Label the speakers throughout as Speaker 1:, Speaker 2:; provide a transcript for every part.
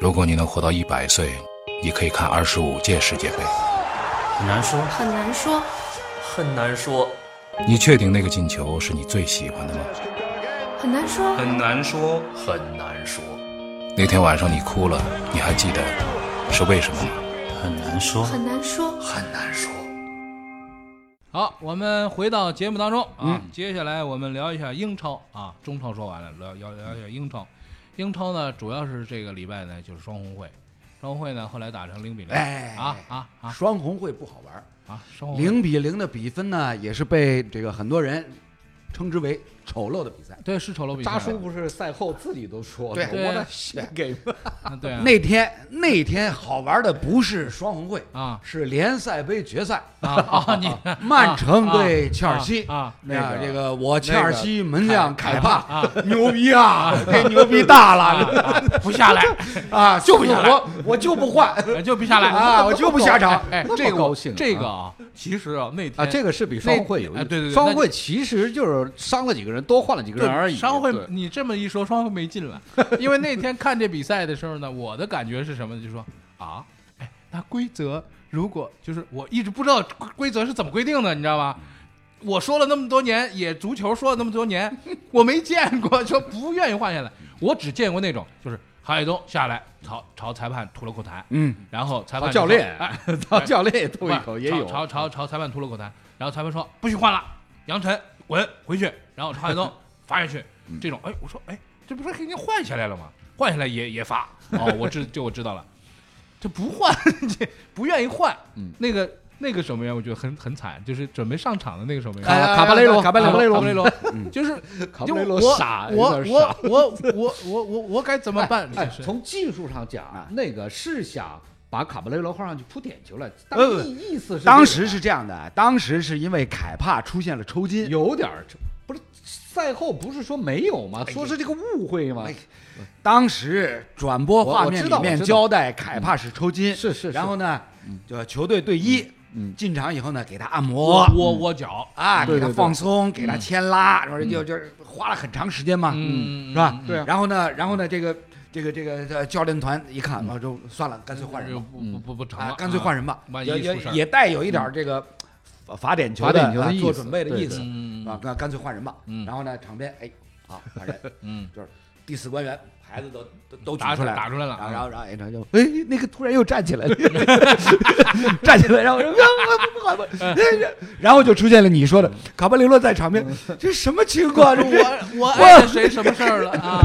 Speaker 1: 如果你能活到一百岁，你可以看二十五届世界杯。
Speaker 2: 很难说，
Speaker 3: 很难说，
Speaker 2: 很难说，
Speaker 1: 你确定那个进球是你最喜欢的吗？
Speaker 3: 很难说，
Speaker 2: 很难说，很难说，
Speaker 1: 那天晚上你哭了，你还记得是为什么吗？
Speaker 2: 很难说，
Speaker 3: 很难说。
Speaker 2: 很难说。
Speaker 4: 好，我们回到节目当中啊，接下来我们聊一下英超啊，中超说完了，聊聊聊一下英超。英超呢，主要是这个礼拜呢就是双红会，双红会呢后来打成零比零、
Speaker 5: 哎
Speaker 4: 啊啊啊
Speaker 5: 双红会不好玩儿，
Speaker 4: 啊，双红会
Speaker 5: 零比零的比分呢，也是被这个很多人称之为丑陋的比赛。
Speaker 4: 对是丑陋比赛，
Speaker 6: 扎叔不是赛后自己都说
Speaker 5: 对
Speaker 6: 了，我的献给
Speaker 4: 啊对啊
Speaker 5: 那天那天好玩的不是双红会
Speaker 4: 啊
Speaker 5: 是联赛杯决赛，
Speaker 4: 啊 啊你
Speaker 5: 曼城对切尔西
Speaker 4: 啊啊啊
Speaker 5: 那
Speaker 6: 那个
Speaker 5: 这个我切尔西门将凯帕
Speaker 4: 啊
Speaker 5: 牛逼啊，这牛逼大
Speaker 4: 啊
Speaker 5: 了
Speaker 4: 啊不下 来，
Speaker 5: 啊！就不
Speaker 4: 下来
Speaker 5: 我我就不换
Speaker 4: 哎就不下来
Speaker 5: 啊，我就不下 场。
Speaker 4: 哎，
Speaker 6: 那么
Speaker 4: 这个
Speaker 6: 高
Speaker 4: 我
Speaker 6: 兴啊
Speaker 4: 这个
Speaker 5: 哎
Speaker 4: 啊，其实啊那天
Speaker 6: 啊，这个是比双红会有
Speaker 4: 哎
Speaker 5: 啊
Speaker 6: 一
Speaker 4: 对对对
Speaker 6: 双红会其实就是伤了几个人，多换了几个人而已。
Speaker 4: 商会
Speaker 6: 对，
Speaker 4: 你这么一说，双会没进来， 因为那天看这比赛的时候呢，我的感觉是什么呢？就说啊，哎，那规则如果就是我一直不知道规规则是怎么规定的，你知道吗？我说了那么多年，也足球说了那么多年， 我没见过说不愿意换下来，我只见过那种就是郝海东下来朝朝裁判吐了口痰，
Speaker 5: 嗯，
Speaker 4: 然后裁
Speaker 6: 当
Speaker 4: 判
Speaker 6: 教
Speaker 4: 就说
Speaker 6: 练
Speaker 4: 哎，
Speaker 6: 当教练也
Speaker 4: 不
Speaker 6: 吐
Speaker 4: 是
Speaker 6: 一口也有。
Speaker 4: 朝朝朝朝裁判吐了口痰，然后裁判说不许换了，杨晨滚回去，然后朝海 东罚下去。
Speaker 6: 嗯
Speaker 4: 这种，哎，我说，哎，这不是给人家换下来了吗？换下来也也罚。哦，我知这我知道了，这不换， 这不愿意换。
Speaker 6: 嗯
Speaker 4: 那个那个守门员我觉得很很惨，就是准备上场的那个守门员。
Speaker 5: 哎
Speaker 6: 卡卡巴雷罗，
Speaker 5: 卡
Speaker 6: 巴
Speaker 4: 卡
Speaker 6: 雷
Speaker 4: 罗，
Speaker 6: 罗，
Speaker 4: 卡梅罗，就是
Speaker 6: 卡
Speaker 4: 就
Speaker 6: 巴雷罗
Speaker 4: 我
Speaker 6: 傻，
Speaker 4: 我
Speaker 6: 有点
Speaker 4: 我
Speaker 6: 傻
Speaker 4: 我我我我我该怎么办？哎
Speaker 6: 哎，
Speaker 4: 就是
Speaker 6: 从技术上讲啊，那个是想把卡巴雷罗换上去扑点球了，但
Speaker 5: 呃
Speaker 6: 意意思是
Speaker 5: 当
Speaker 6: 这个
Speaker 5: 时是这样的，当时是因为凯帕出现了抽筋，
Speaker 6: 有点儿不是赛后不是说没有吗？
Speaker 5: 哎
Speaker 6: 说是这个误会吗？
Speaker 5: 当时转播画面里
Speaker 6: 我我知
Speaker 5: 面
Speaker 6: 道嗯
Speaker 5: 交代凯帕是抽筋，
Speaker 6: 是是是
Speaker 5: 然后呢，就球队队医
Speaker 6: 嗯
Speaker 5: 进场以后呢，给他按摩
Speaker 4: 窝窝窝脚，
Speaker 5: 啊，
Speaker 6: 对
Speaker 5: 给他
Speaker 6: 对对
Speaker 5: 放松，给他牵拉，然后就就花了很长时间嘛，
Speaker 4: 嗯
Speaker 5: 是吧？
Speaker 6: 对啊
Speaker 5: 然后呢，然后呢，这个这个这个呃教练团一看，
Speaker 4: 嗯
Speaker 5: 啊，就算了，干脆换人
Speaker 4: 就
Speaker 5: 吧，
Speaker 4: 不
Speaker 6: 嗯
Speaker 4: 不不不成
Speaker 5: 啊
Speaker 4: 了，，
Speaker 5: 干脆换人吧，
Speaker 4: 万一
Speaker 5: 也也
Speaker 4: 出事儿
Speaker 5: 也带有一点这个罚罚点球
Speaker 6: 罚点球的
Speaker 5: 啊
Speaker 6: 意思
Speaker 5: 做准备的意思
Speaker 6: 对
Speaker 4: 嗯
Speaker 5: 啊，干干脆换人吧
Speaker 4: 嗯。
Speaker 5: 然后呢，场边哎，好换人，
Speaker 4: 嗯，
Speaker 5: 就是第四官员牌子都都都举
Speaker 4: 打
Speaker 5: 出来了
Speaker 4: 打出来了
Speaker 5: 然后
Speaker 4: 啊
Speaker 5: 然后然后哎他就哎那个突然又站起来了， 站起来，然后说啊不不不好不，哎 然后就出现了你说的卡巴雷洛在场边，这什么情况？这我
Speaker 4: 啊我碍着谁什么事儿了 啊？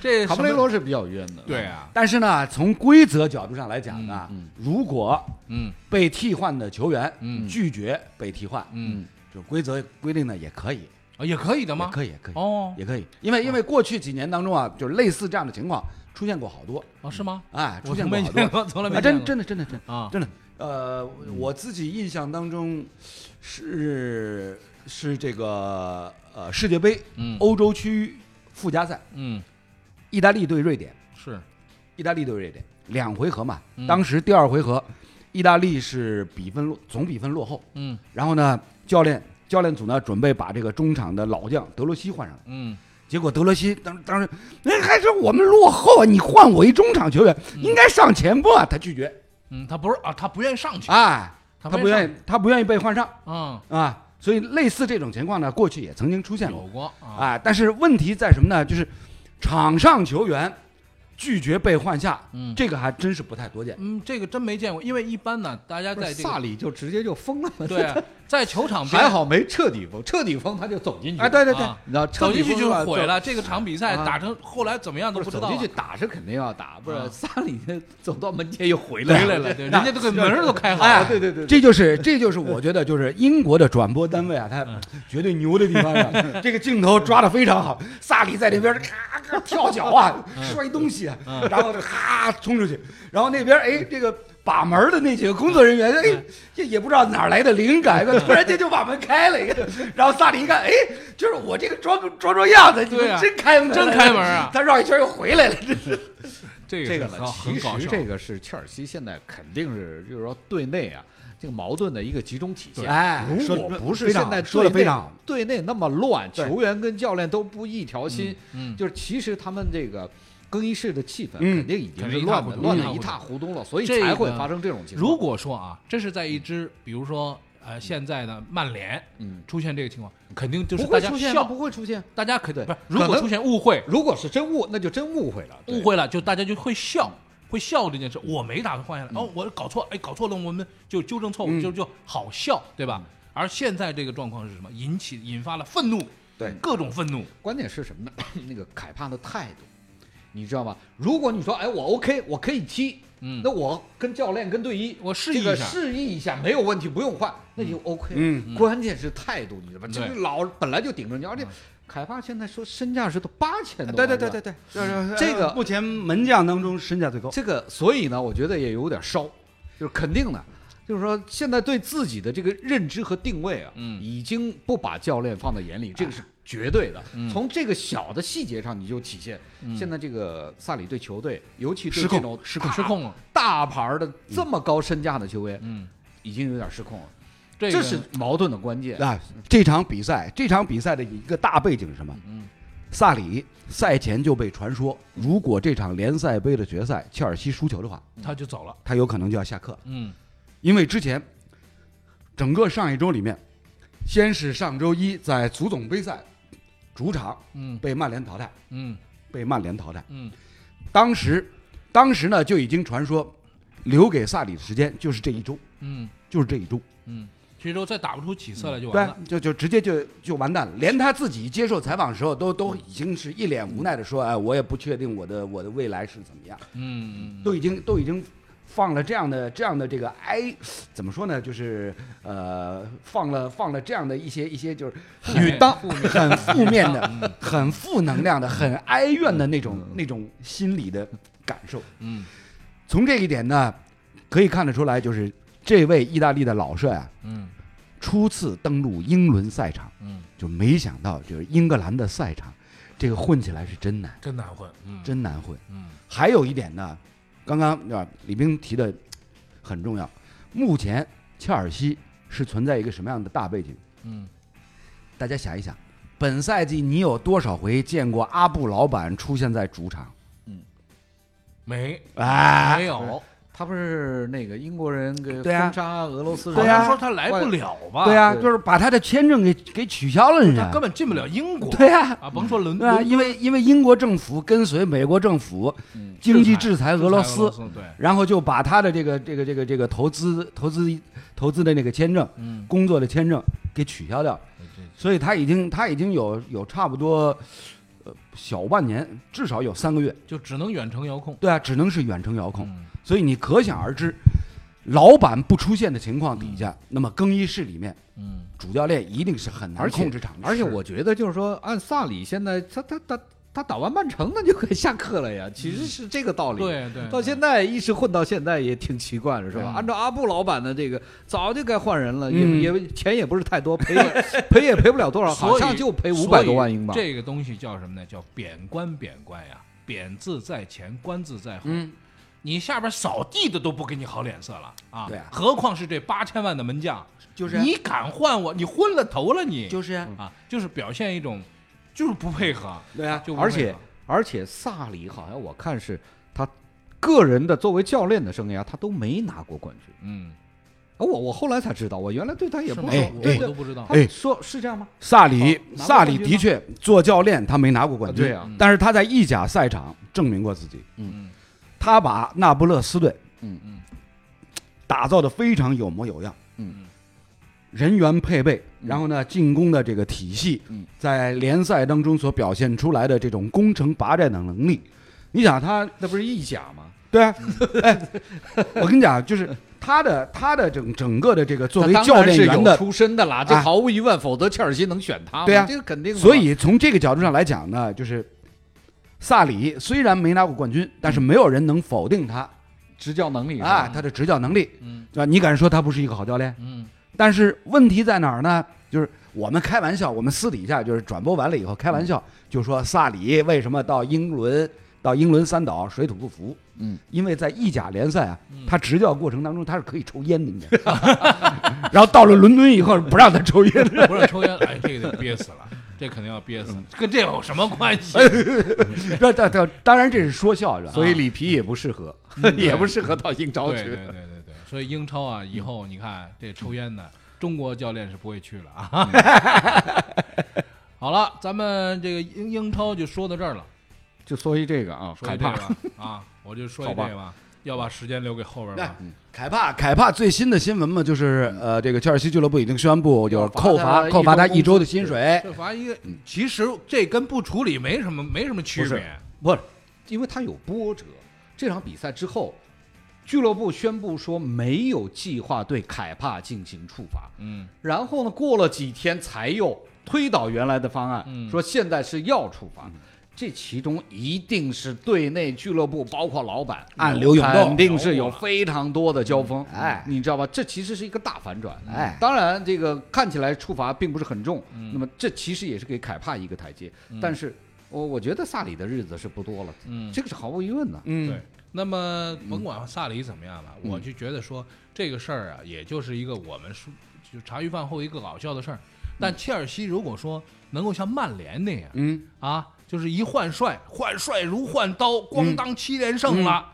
Speaker 4: 这
Speaker 6: 卡巴
Speaker 4: 什
Speaker 6: 雷
Speaker 4: 么
Speaker 6: 罗是比较冤的，
Speaker 4: 对啊，
Speaker 5: 但是呢，从规则角度上来讲呢，如果
Speaker 4: 嗯
Speaker 5: 被替换的球员
Speaker 4: 嗯
Speaker 5: 拒绝被替换，
Speaker 4: 嗯，
Speaker 5: 就规则规定呢也可以，
Speaker 4: 啊也可以的
Speaker 5: 也
Speaker 4: 吗？
Speaker 5: 可以，也可以，
Speaker 4: 哦
Speaker 5: 也可以，因为因为过去几年当中啊，就是类似这样的情况出现过好多，
Speaker 4: 哦是吗？
Speaker 5: 哎，
Speaker 4: 我
Speaker 5: 出现
Speaker 4: 从
Speaker 5: 过
Speaker 4: 没
Speaker 5: 好多
Speaker 4: 见。过，从来没
Speaker 5: 啊，
Speaker 4: 见
Speaker 5: 真
Speaker 4: 过
Speaker 5: 真的真的真的
Speaker 4: 啊
Speaker 5: 真的，呃，我自己印象当中是是这个呃世界杯
Speaker 4: 嗯
Speaker 5: 欧洲区附加赛，
Speaker 4: 嗯
Speaker 5: 意大利对瑞典，
Speaker 4: 是
Speaker 5: 意大利对瑞典两回合嘛
Speaker 4: 嗯，
Speaker 5: 当时第二回合，意大利是比分落总比分落后，
Speaker 4: 嗯
Speaker 5: 然后呢，教练教练组呢准备把这个中场的老将德罗西换上来，
Speaker 4: 嗯
Speaker 5: 结果德罗西当当时哎还是我们落后啊，你换我一中场球员，应该上前锋啊，他拒绝，
Speaker 4: 嗯，他不是啊，他不愿意上去，
Speaker 5: 哎，
Speaker 4: 他
Speaker 5: 他
Speaker 4: 不
Speaker 5: 不
Speaker 4: 愿
Speaker 5: 愿
Speaker 4: 意
Speaker 5: 意他不愿意被换上
Speaker 4: 嗯，
Speaker 5: 啊，所以类似这种情况呢，过去也曾经出现
Speaker 4: 有
Speaker 5: 过
Speaker 4: 过啊，
Speaker 5: 啊，但是问题在什么呢？就是场上球员拒绝被换下，
Speaker 4: 嗯
Speaker 5: 这个还真是不太多见。
Speaker 4: 嗯，这个真没见过，因为一般呢，大家
Speaker 6: 不是
Speaker 4: 在这
Speaker 6: 萨
Speaker 4: 个
Speaker 6: 里就直接就疯了嘛，
Speaker 4: 对啊， 在球场边
Speaker 6: 还好没彻底疯，彻底疯他就走进去了，
Speaker 5: 哎，对对 对，
Speaker 4: 啊
Speaker 6: 你知道彻
Speaker 4: 走进
Speaker 6: 底
Speaker 4: 去
Speaker 6: 疯
Speaker 4: 就是
Speaker 6: 吧
Speaker 4: 毁了这个场比赛，
Speaker 6: 啊
Speaker 4: 打成后来怎么样都
Speaker 6: 不
Speaker 4: 不
Speaker 6: 是
Speaker 4: 知
Speaker 6: 走
Speaker 4: 道
Speaker 6: 进去
Speaker 4: 了。
Speaker 6: 打是肯定要打，不
Speaker 4: 啊
Speaker 6: 是萨里那走到门前又回
Speaker 4: 回
Speaker 6: 来
Speaker 4: 来了，对，人啊家都给门儿都开好
Speaker 5: 哎
Speaker 4: 了，
Speaker 6: 对对对，
Speaker 5: 这就是这就是我觉得就是英国的转播单位啊，他
Speaker 6: 嗯
Speaker 5: 绝对牛的地方 啊，这个镜头抓的非常好。萨里在那
Speaker 6: 嗯
Speaker 5: 边咔咔跳脚啊，摔东西啊，然后就咔冲出去，然后那边哎这个。把门儿的那几个工作人员，哎，也
Speaker 6: 嗯
Speaker 5: 也不知道哪儿来的灵感，突然间就把门开了一个，然后萨里一看，哎，就是我这个装装装样子，你
Speaker 4: 对啊
Speaker 5: 们真开门了，
Speaker 4: 真开门啊
Speaker 5: 他绕一圈又回来了，这是
Speaker 4: 这
Speaker 6: 这
Speaker 4: 个
Speaker 6: 个
Speaker 4: 是
Speaker 6: 呢，
Speaker 4: 很
Speaker 6: 其
Speaker 4: 很搞
Speaker 6: 实
Speaker 4: 笑。
Speaker 6: 这个是切尔西现在肯定是就是说队内啊这个矛盾的一个集中体现。
Speaker 5: 哎
Speaker 6: 如
Speaker 5: 说
Speaker 6: 果
Speaker 5: 得
Speaker 6: 不是
Speaker 5: 非常
Speaker 6: 现在
Speaker 5: 好说得
Speaker 6: 队
Speaker 5: 非
Speaker 6: 内
Speaker 5: 常好
Speaker 6: 队内那么乱，
Speaker 5: 对
Speaker 6: 球员跟教练都不一条心，
Speaker 4: 嗯
Speaker 6: 就是其实他们这个更衣室的气氛
Speaker 5: 嗯
Speaker 6: 肯定已经
Speaker 4: 肯
Speaker 6: 是
Speaker 4: 定一塌
Speaker 6: 乱
Speaker 4: 糊
Speaker 6: 的，
Speaker 4: 涂
Speaker 6: 乱
Speaker 4: 一塌糊
Speaker 6: 的一
Speaker 4: 涂
Speaker 6: 塌糊涂了，所以
Speaker 4: 这
Speaker 6: 才会
Speaker 4: 个
Speaker 6: 发生这种情况。
Speaker 4: 如果说啊，这是在一支，比如说呃，现在的曼联，
Speaker 6: 嗯，
Speaker 4: 出现这个情况，肯定就是
Speaker 6: 不
Speaker 4: 大
Speaker 6: 会
Speaker 4: 家
Speaker 6: 出现，
Speaker 4: 笑，
Speaker 6: 不会出现。
Speaker 4: 大家肯
Speaker 6: 对
Speaker 4: 不是，
Speaker 6: 可
Speaker 4: 如果
Speaker 6: 能
Speaker 4: 出现误会，
Speaker 6: 如果是真误，那就真误会了，对
Speaker 4: 误。会了，就大家就会笑，会笑这件事。我没打算换下来，哦，我搞错，哎，搞错了，我们就纠正错误，
Speaker 5: 嗯
Speaker 4: 就就好笑，对吧？而现在这个状况是什么？引起引发了愤怒，
Speaker 6: 对
Speaker 4: 各种愤怒，
Speaker 6: 关键是什么呢？ 那个凯帕的态度，你知道吗？如果你说，哎，我 OK，我可以踢，
Speaker 4: 嗯
Speaker 6: 那我跟教练、跟队医，
Speaker 4: 我示意
Speaker 6: 这个
Speaker 4: 一下
Speaker 6: 示意一下没有问题，不用换，那就 OK。
Speaker 5: 嗯，
Speaker 6: 关键是态度，你知道吧？
Speaker 4: 对嗯
Speaker 6: 这个老本来就顶着你，而且凯帕现在说身价是都八千多，
Speaker 5: 对对对对对，
Speaker 6: 这个
Speaker 5: 目前门将当中身价最高。
Speaker 6: 这个，所以呢，我觉得也有点烧，就是肯定的，就是说现在对自己的这个认知和定位啊，
Speaker 4: 嗯
Speaker 6: 已经不把教练放在眼里，这个是绝对的。
Speaker 4: 嗯
Speaker 6: 从这个小的细节上，你就体现、现在这个萨里对球队，尤其对
Speaker 4: 失控
Speaker 6: 这种
Speaker 4: 失控
Speaker 6: 大
Speaker 4: 失控了
Speaker 6: 大牌儿
Speaker 5: 嗯
Speaker 6: 的这么高身价的球员，
Speaker 4: 嗯，
Speaker 6: 已经有点失控了，
Speaker 4: 这
Speaker 6: 这
Speaker 4: 个
Speaker 6: 是矛盾的关键。
Speaker 5: 啊，这场比赛，这场比赛的一个大背景是什么？
Speaker 6: 嗯
Speaker 5: 萨里赛前就被传说，如果这场联赛杯的决赛切尔西输球的话，
Speaker 4: 他就走了，
Speaker 5: 他有可能就要下课，
Speaker 4: 嗯
Speaker 5: 因为之前整个上一周里面，先是上周一在足总杯赛主场
Speaker 4: 嗯
Speaker 5: 被曼联淘汰，
Speaker 4: 嗯
Speaker 5: 被曼联淘汰，
Speaker 4: 嗯
Speaker 5: 当时当时呢就已经传说，留给萨里的时间就是这一周，
Speaker 4: 嗯
Speaker 5: 就是这一周，
Speaker 4: 嗯，这周再打不出起色来就完
Speaker 5: 对
Speaker 4: 了，，
Speaker 5: 就就直接就就完蛋了。连他自己接受采访的时候，都都已经是一脸无奈的说：“哎，我也不确定我的我的未来是怎么样。
Speaker 4: 嗯”
Speaker 5: 都已经都已经放了这样的这样的这个哀，怎么说呢？就是呃，放了放了这样的一些一些就是
Speaker 4: 面嗯
Speaker 5: 女当很负面的、很负能量的、很哀怨的那种那种心理的感受。
Speaker 4: 嗯
Speaker 5: 从这一点呢，可以看得出来，就是这位意大利的老帅啊，
Speaker 4: 嗯
Speaker 5: 初次登陆英伦赛场。
Speaker 4: 嗯，
Speaker 5: 就没想到就是英格兰的赛场，这个混起来是真难，
Speaker 4: 真难混，嗯
Speaker 5: 真难混。
Speaker 4: 嗯
Speaker 5: 还有一点呢，刚刚啊李冰提的很重要，目前切尔西是存在一个什么样的大背景？
Speaker 4: 嗯
Speaker 5: 大家想一想，本赛季你有多少回见过阿布老板出现在主场？
Speaker 4: 没
Speaker 5: 哎
Speaker 4: 没，有，
Speaker 6: 他不是那个英国人给
Speaker 5: 对啊
Speaker 6: 封杀俄罗斯人，
Speaker 5: 对
Speaker 4: 好
Speaker 5: 啊
Speaker 4: 像说他来不了吧？
Speaker 5: 对啊呀、
Speaker 6: 对
Speaker 5: 就是把他的签证给给取消了，人
Speaker 4: 他
Speaker 5: 家
Speaker 4: 根本进不了英国。
Speaker 5: 对呀、
Speaker 4: 啊，甭说伦
Speaker 5: 对啊，
Speaker 4: 敦
Speaker 5: 因为因为英国政府跟随美国政府经济制裁俄罗斯，
Speaker 4: 对，
Speaker 5: 然后就把他的这个这个这个这个投资投资投资的那个签证，
Speaker 4: 嗯，
Speaker 5: 工作的签证给取消掉，所以他已经他已经有有差不多，呃，小半年，至少有三个月，
Speaker 4: 就只能远程遥控。
Speaker 5: 对啊，只能是远程遥控，
Speaker 4: 嗯
Speaker 5: 所以你可想而知，老板不出现的情况底下，那么更衣室里面
Speaker 4: 嗯
Speaker 5: 主教练一定是很难
Speaker 6: 而且
Speaker 5: 控制场面，
Speaker 6: 而且我觉得就是说，按萨里现在他他他他打完曼城，那就可以下课了呀，其实是这个道理。
Speaker 4: 嗯对对
Speaker 6: 到现在一直混到现在也挺奇怪的，是吧？
Speaker 4: 嗯
Speaker 6: 按照阿布老板的这个，早就该换人了，
Speaker 5: 嗯
Speaker 6: 也也钱也不是太多，赔也赔也赔不了多少，
Speaker 4: 所
Speaker 6: 好
Speaker 4: 以
Speaker 6: 像就赔五百多万英镑。
Speaker 4: 所以这个东西叫什么呢？叫贬官贬官呀，贬字在前，官字在后。
Speaker 5: 嗯
Speaker 4: 你下边扫地的都不给你好脸色了啊！
Speaker 5: 对啊
Speaker 4: 何况是这八千万的门将，
Speaker 5: 就是啊
Speaker 4: 你敢换我，你昏了头了你！
Speaker 5: 就是
Speaker 6: 嗯
Speaker 5: 啊，
Speaker 4: 啊，就是表现一种，就是不配合，
Speaker 5: 对啊，
Speaker 4: 就不
Speaker 6: 而
Speaker 4: 配
Speaker 6: 且
Speaker 4: 合
Speaker 6: 而且萨里好像我看是他个人的作为教练的生涯，他都没拿过冠军。
Speaker 4: 嗯，
Speaker 6: 啊我我后来才知道，我原来对他也
Speaker 4: 是
Speaker 6: 不
Speaker 4: 吗
Speaker 6: 熟。
Speaker 5: 哎
Speaker 4: 我
Speaker 5: 哎
Speaker 6: 对
Speaker 4: 我都
Speaker 6: 对，
Speaker 4: 不知道。
Speaker 5: 哎
Speaker 6: 他说是这样吗？
Speaker 5: 萨里
Speaker 6: 哦拿过
Speaker 5: 萨里
Speaker 6: 冠军
Speaker 5: 的
Speaker 6: 吗
Speaker 5: 确做教练，他没拿过冠军，
Speaker 6: 对啊
Speaker 5: 但是他在意甲赛场证明过自己。
Speaker 4: 嗯，
Speaker 5: 他把那不勒斯队，
Speaker 6: 嗯
Speaker 4: 嗯，
Speaker 5: 打造的非常有模有样，
Speaker 6: 嗯
Speaker 4: 嗯，
Speaker 5: 人员配备，
Speaker 6: 嗯
Speaker 5: 然后呢，进攻的这个体系，
Speaker 6: 嗯，
Speaker 5: 在联赛当中所表现出来的这种攻城拔寨的能力，你想他，
Speaker 6: 那不是意甲吗？
Speaker 5: 对啊，
Speaker 6: 嗯
Speaker 5: 哎，我跟你讲，就是他的他的整整个的这个作为
Speaker 6: 他当
Speaker 5: 教
Speaker 6: 然
Speaker 5: 练
Speaker 6: 是
Speaker 5: 员
Speaker 6: 有
Speaker 5: 的
Speaker 6: 出身的啦，这
Speaker 5: 啊
Speaker 6: 毫无疑问，否则切尔西能选他吗？
Speaker 5: 对啊
Speaker 6: 这个肯定的嘛。
Speaker 5: 所以从这个角度上来讲呢，就是萨里虽然没拿过冠军，但是没有人能否定他
Speaker 6: 执教能力是吧
Speaker 5: 啊，他的执教能力，
Speaker 4: 嗯，
Speaker 5: 对吧？你敢说他不是一个好教练？
Speaker 4: 嗯，
Speaker 5: 但是问题在哪儿呢？就是我们开玩笑，我们私底下就是转播完了以后开玩
Speaker 4: 嗯
Speaker 5: 笑，就说萨里为什么到英伦到英伦三岛水土不服？
Speaker 6: 嗯，
Speaker 5: 因为在意甲联赛啊，
Speaker 4: 嗯
Speaker 5: 他执教过程当中他是可以抽烟的，你知 道吗？然后到了伦敦以后不让他抽烟了。
Speaker 4: 不让抽烟，哎，这个得憋死了。这肯定要憋死，跟这有什么关系？
Speaker 6: 嗯 这这这，当然这是说笑是嗯吧？所以
Speaker 4: 啊
Speaker 6: 里皮也不适合， 也不适合到英超
Speaker 4: 对对
Speaker 6: 去。
Speaker 4: 对对对，所以英超啊，以后你看这抽烟的中国教练是不会去了啊。 好了，咱们这个英英超就说到这儿了，
Speaker 6: 就所以这个啊，
Speaker 4: 说
Speaker 6: 害
Speaker 4: 一这
Speaker 6: 怕
Speaker 4: 个啊，我就说一这个吧，要把时间留给后边吧。
Speaker 5: 凯帕，凯帕最新的新闻嘛，就是呃，这个切尔西俱乐部已经宣布，就是扣
Speaker 6: 扣罚
Speaker 5: 罚
Speaker 6: 他
Speaker 5: 扣罚他
Speaker 6: 一
Speaker 5: 一
Speaker 6: 周工资
Speaker 5: 周的薪水。
Speaker 4: 这罚一个，其实这跟不处理没什么没什么区
Speaker 6: 嗯不是
Speaker 4: 别。
Speaker 6: 不是，因为它有波折。这场比赛之后，俱乐部宣布说没有计划对凯帕进行处罚。
Speaker 4: 嗯，
Speaker 6: 然后呢，过了几天才又推倒原来的方案，
Speaker 4: 嗯
Speaker 6: 说现在是要处罚。这其中一定是对内俱乐部，包括老板
Speaker 5: 暗流涌动
Speaker 6: 肯定是有非常多的交锋。哎，你知道吧？这其实是一个大反转。哎，当然这个看起来处罚并不是很重，那么这其实也是给凯帕一个台阶。但是我我觉得萨里的日子是不多了，
Speaker 4: 嗯
Speaker 6: 这个是毫无疑问的。
Speaker 4: 对，嗯那么
Speaker 5: 嗯
Speaker 4: 甭管萨里怎么样吧，我就觉得说这个事儿啊，也就是一个我们说就茶余饭后一个搞笑的事儿。
Speaker 5: 嗯
Speaker 4: 但切尔西如果说能够像曼联那样，嗯啊，就是一换帅，换帅如换刀，
Speaker 5: 嗯
Speaker 4: 咣当七连胜了，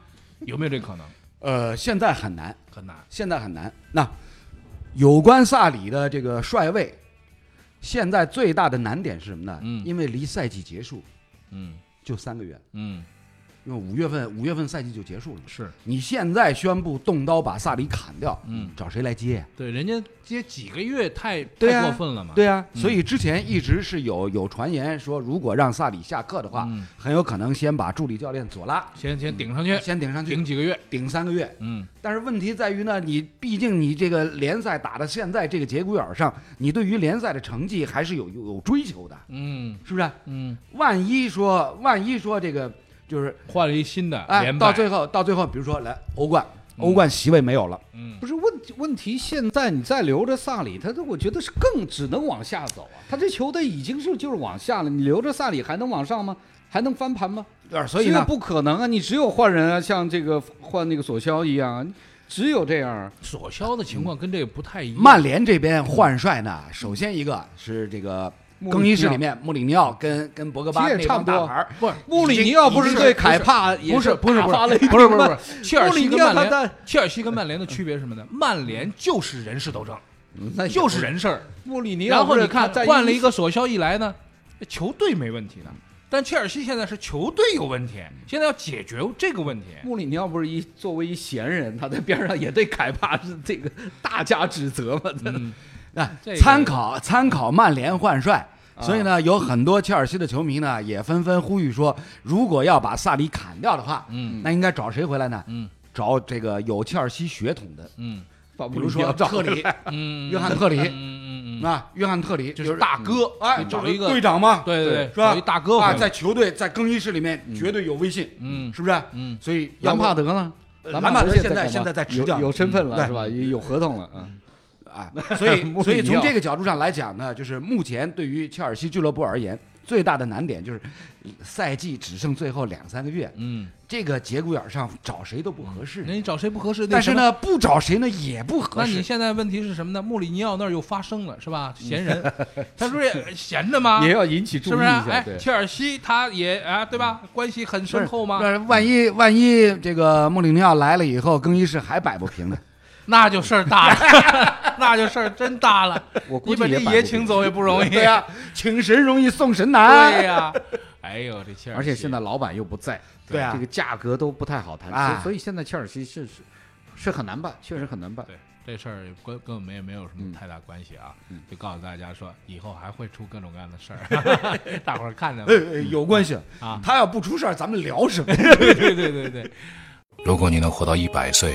Speaker 4: 有没有这可能？
Speaker 5: 呃，现在很难，
Speaker 4: 很难。
Speaker 5: 现在很难。那有关萨里的这个帅位，现在最大的难点是什么呢？
Speaker 4: 嗯
Speaker 5: 因为离赛季结束
Speaker 4: 嗯
Speaker 5: 就三个月，
Speaker 4: 嗯，
Speaker 5: 因为五月份五月份赛季就结束了嘛。
Speaker 4: 是
Speaker 5: 你现在宣布动刀把萨里砍掉，
Speaker 4: 嗯
Speaker 5: 找谁来接呀？
Speaker 4: 对，人家接几个月太
Speaker 5: 对
Speaker 4: 太
Speaker 5: 啊
Speaker 4: 过分了嘛。
Speaker 5: 对啊，所以之前一直是有有传言说，如果让萨里下课的话，
Speaker 4: 嗯
Speaker 5: 很有可能先把助理教练左拉
Speaker 4: 先先顶上去，
Speaker 5: 先顶上去，
Speaker 4: 顶几个月。
Speaker 5: 顶三个月。
Speaker 4: 嗯
Speaker 5: 但是问题在于呢，你毕竟你这个联赛打到现在这个节骨眼儿上，你对于联赛的成绩还是有有有追求的，
Speaker 4: 嗯
Speaker 5: 是不是？
Speaker 4: 嗯，
Speaker 5: 万一说万一说这个就是
Speaker 4: 换了一新的
Speaker 5: 哎，
Speaker 4: 连败
Speaker 5: 到最后到最后，比如说来欧冠，欧冠席位没有了，
Speaker 4: 嗯
Speaker 6: 不是问题，问题现在你再留着萨里，他这我觉得是更只能往下走啊。他这球队已经是就是往下了，你留着萨里还能往上吗？还能翻盘吗？
Speaker 5: 呃所以
Speaker 6: 这个
Speaker 5: 呢，
Speaker 6: 不可能啊！你只有换人啊，像这个换那个索肖一样啊，只有这样啊。
Speaker 4: 索肖的情况跟这个不太一样。
Speaker 5: 嗯曼联这边换帅呢，首先一个是这个
Speaker 6: 穆里尼奥
Speaker 5: 更衣室里面穆里尼奥跟跟博格巴
Speaker 6: 其实
Speaker 5: 那
Speaker 6: 也差
Speaker 5: 帮
Speaker 6: 不多
Speaker 5: 大牌儿
Speaker 4: 不是
Speaker 6: 穆里尼奥不是对凯帕也
Speaker 4: 不是不是
Speaker 6: 打
Speaker 4: 不
Speaker 6: 发了
Speaker 4: 是
Speaker 6: 一顿
Speaker 4: 不是不
Speaker 6: 闷
Speaker 4: 是不是，切尔
Speaker 6: 穆里
Speaker 4: 西
Speaker 6: 尼
Speaker 4: 跟
Speaker 6: 奥
Speaker 4: 曼
Speaker 6: 他
Speaker 4: 联
Speaker 6: 他，
Speaker 4: 切尔西跟曼联的区别是什么呢？曼联就是人事斗争，
Speaker 6: 嗯那也
Speaker 4: 就
Speaker 6: 不
Speaker 4: 是人事儿。
Speaker 6: 穆里尼奥，
Speaker 4: 然后你看
Speaker 6: 在
Speaker 4: 换了一个索肖一来呢，球队没问题的，但切尔西现在是球队有问题，现在要解决这个问题。
Speaker 6: 穆里尼奥不是一作为一闲人，他在边上也对凯帕是这个大加指责嘛？
Speaker 4: 嗯，
Speaker 5: 啊
Speaker 4: 这个，
Speaker 5: 参考参考曼联换帅。所以呢，有很多切尔西的球迷呢，也纷纷呼吁说，如果要把萨里砍掉的话，
Speaker 4: 嗯，
Speaker 5: 那应该找谁回来呢？
Speaker 4: 嗯，
Speaker 5: 找这个有切尔西血统的，
Speaker 4: 嗯
Speaker 6: 把
Speaker 5: 比
Speaker 6: 穆
Speaker 5: 如
Speaker 6: 里尼
Speaker 5: 说
Speaker 6: 奥找
Speaker 5: 特里，
Speaker 4: 嗯，
Speaker 5: 约翰特
Speaker 4: 嗯
Speaker 5: 里
Speaker 4: 嗯嗯嗯，
Speaker 5: 啊，约翰特里
Speaker 4: 就是大哥，
Speaker 5: 哎，
Speaker 4: 你找
Speaker 5: 就是
Speaker 4: 一个
Speaker 5: 队长嘛，
Speaker 4: 对对对
Speaker 5: 是吧？
Speaker 4: 找一大哥回来
Speaker 5: 啊，在球队在更衣室里面绝对有威信，
Speaker 4: 嗯
Speaker 5: 是不是？
Speaker 4: 嗯
Speaker 5: 所以要
Speaker 6: 兰
Speaker 5: 不
Speaker 6: 帕德呢？
Speaker 5: 呃
Speaker 6: 兰
Speaker 5: 兰帕德
Speaker 6: 现
Speaker 5: 现在
Speaker 6: 干嘛
Speaker 5: 现在在执教嗯
Speaker 6: 有有身份了
Speaker 5: 对
Speaker 6: 是吧？有有合同了啊。
Speaker 5: 啊，所 以
Speaker 6: 穆
Speaker 5: 所
Speaker 6: 里
Speaker 5: 以
Speaker 6: 尼
Speaker 5: 从
Speaker 6: 奥
Speaker 5: 这个角度上来讲呢，就是目前对于切尔西俱乐部而言，最大的难点就是赛季只剩最后两三个月，
Speaker 4: 嗯，
Speaker 5: 这个节骨眼儿上找谁都不合适。
Speaker 4: 那你找谁不合适？那
Speaker 5: 但
Speaker 4: 什
Speaker 5: 是
Speaker 4: 么
Speaker 5: 呢，不找谁呢也不合
Speaker 4: 那你
Speaker 5: 适。
Speaker 4: 现在问题是什么呢？穆里尼奥那儿又发生了，是吧？闲人，他是不是也闲着吗？
Speaker 6: 也要引起
Speaker 4: 是
Speaker 6: 注意一
Speaker 4: 不是？
Speaker 6: 下，
Speaker 4: 哎，
Speaker 6: 对。
Speaker 4: 切尔西他也啊，对吧？关系很深厚吗？
Speaker 5: 那万一万一这个穆里尼奥来了以后，更衣室还摆不平呢？
Speaker 4: 那就事儿大了， 那就事儿真大了。
Speaker 6: 我估
Speaker 4: 你
Speaker 6: 计
Speaker 4: 把这
Speaker 6: 也摆不
Speaker 4: 爷
Speaker 6: 平
Speaker 4: 请走也不 容易。
Speaker 5: 对呀、请神容易送神 难。
Speaker 4: 对呀、哎呦，这切尔西，
Speaker 6: 而且现在老板又不在，
Speaker 5: 对啊
Speaker 6: 这个价格都不太好谈，
Speaker 5: 哎
Speaker 6: 所以所以现在切尔西是是是很难办，确实很难办。
Speaker 4: 对这事儿跟跟我们也没有什
Speaker 6: 嗯
Speaker 4: 么太大关系啊，就告诉大家说，以后还会出各种各样的事 儿， 大伙儿看着吧。
Speaker 5: 呃，有关系
Speaker 4: 啊
Speaker 5: 他要不出事儿，咱们聊什么？
Speaker 4: 对对对对对，
Speaker 1: 如果你能活到一百岁，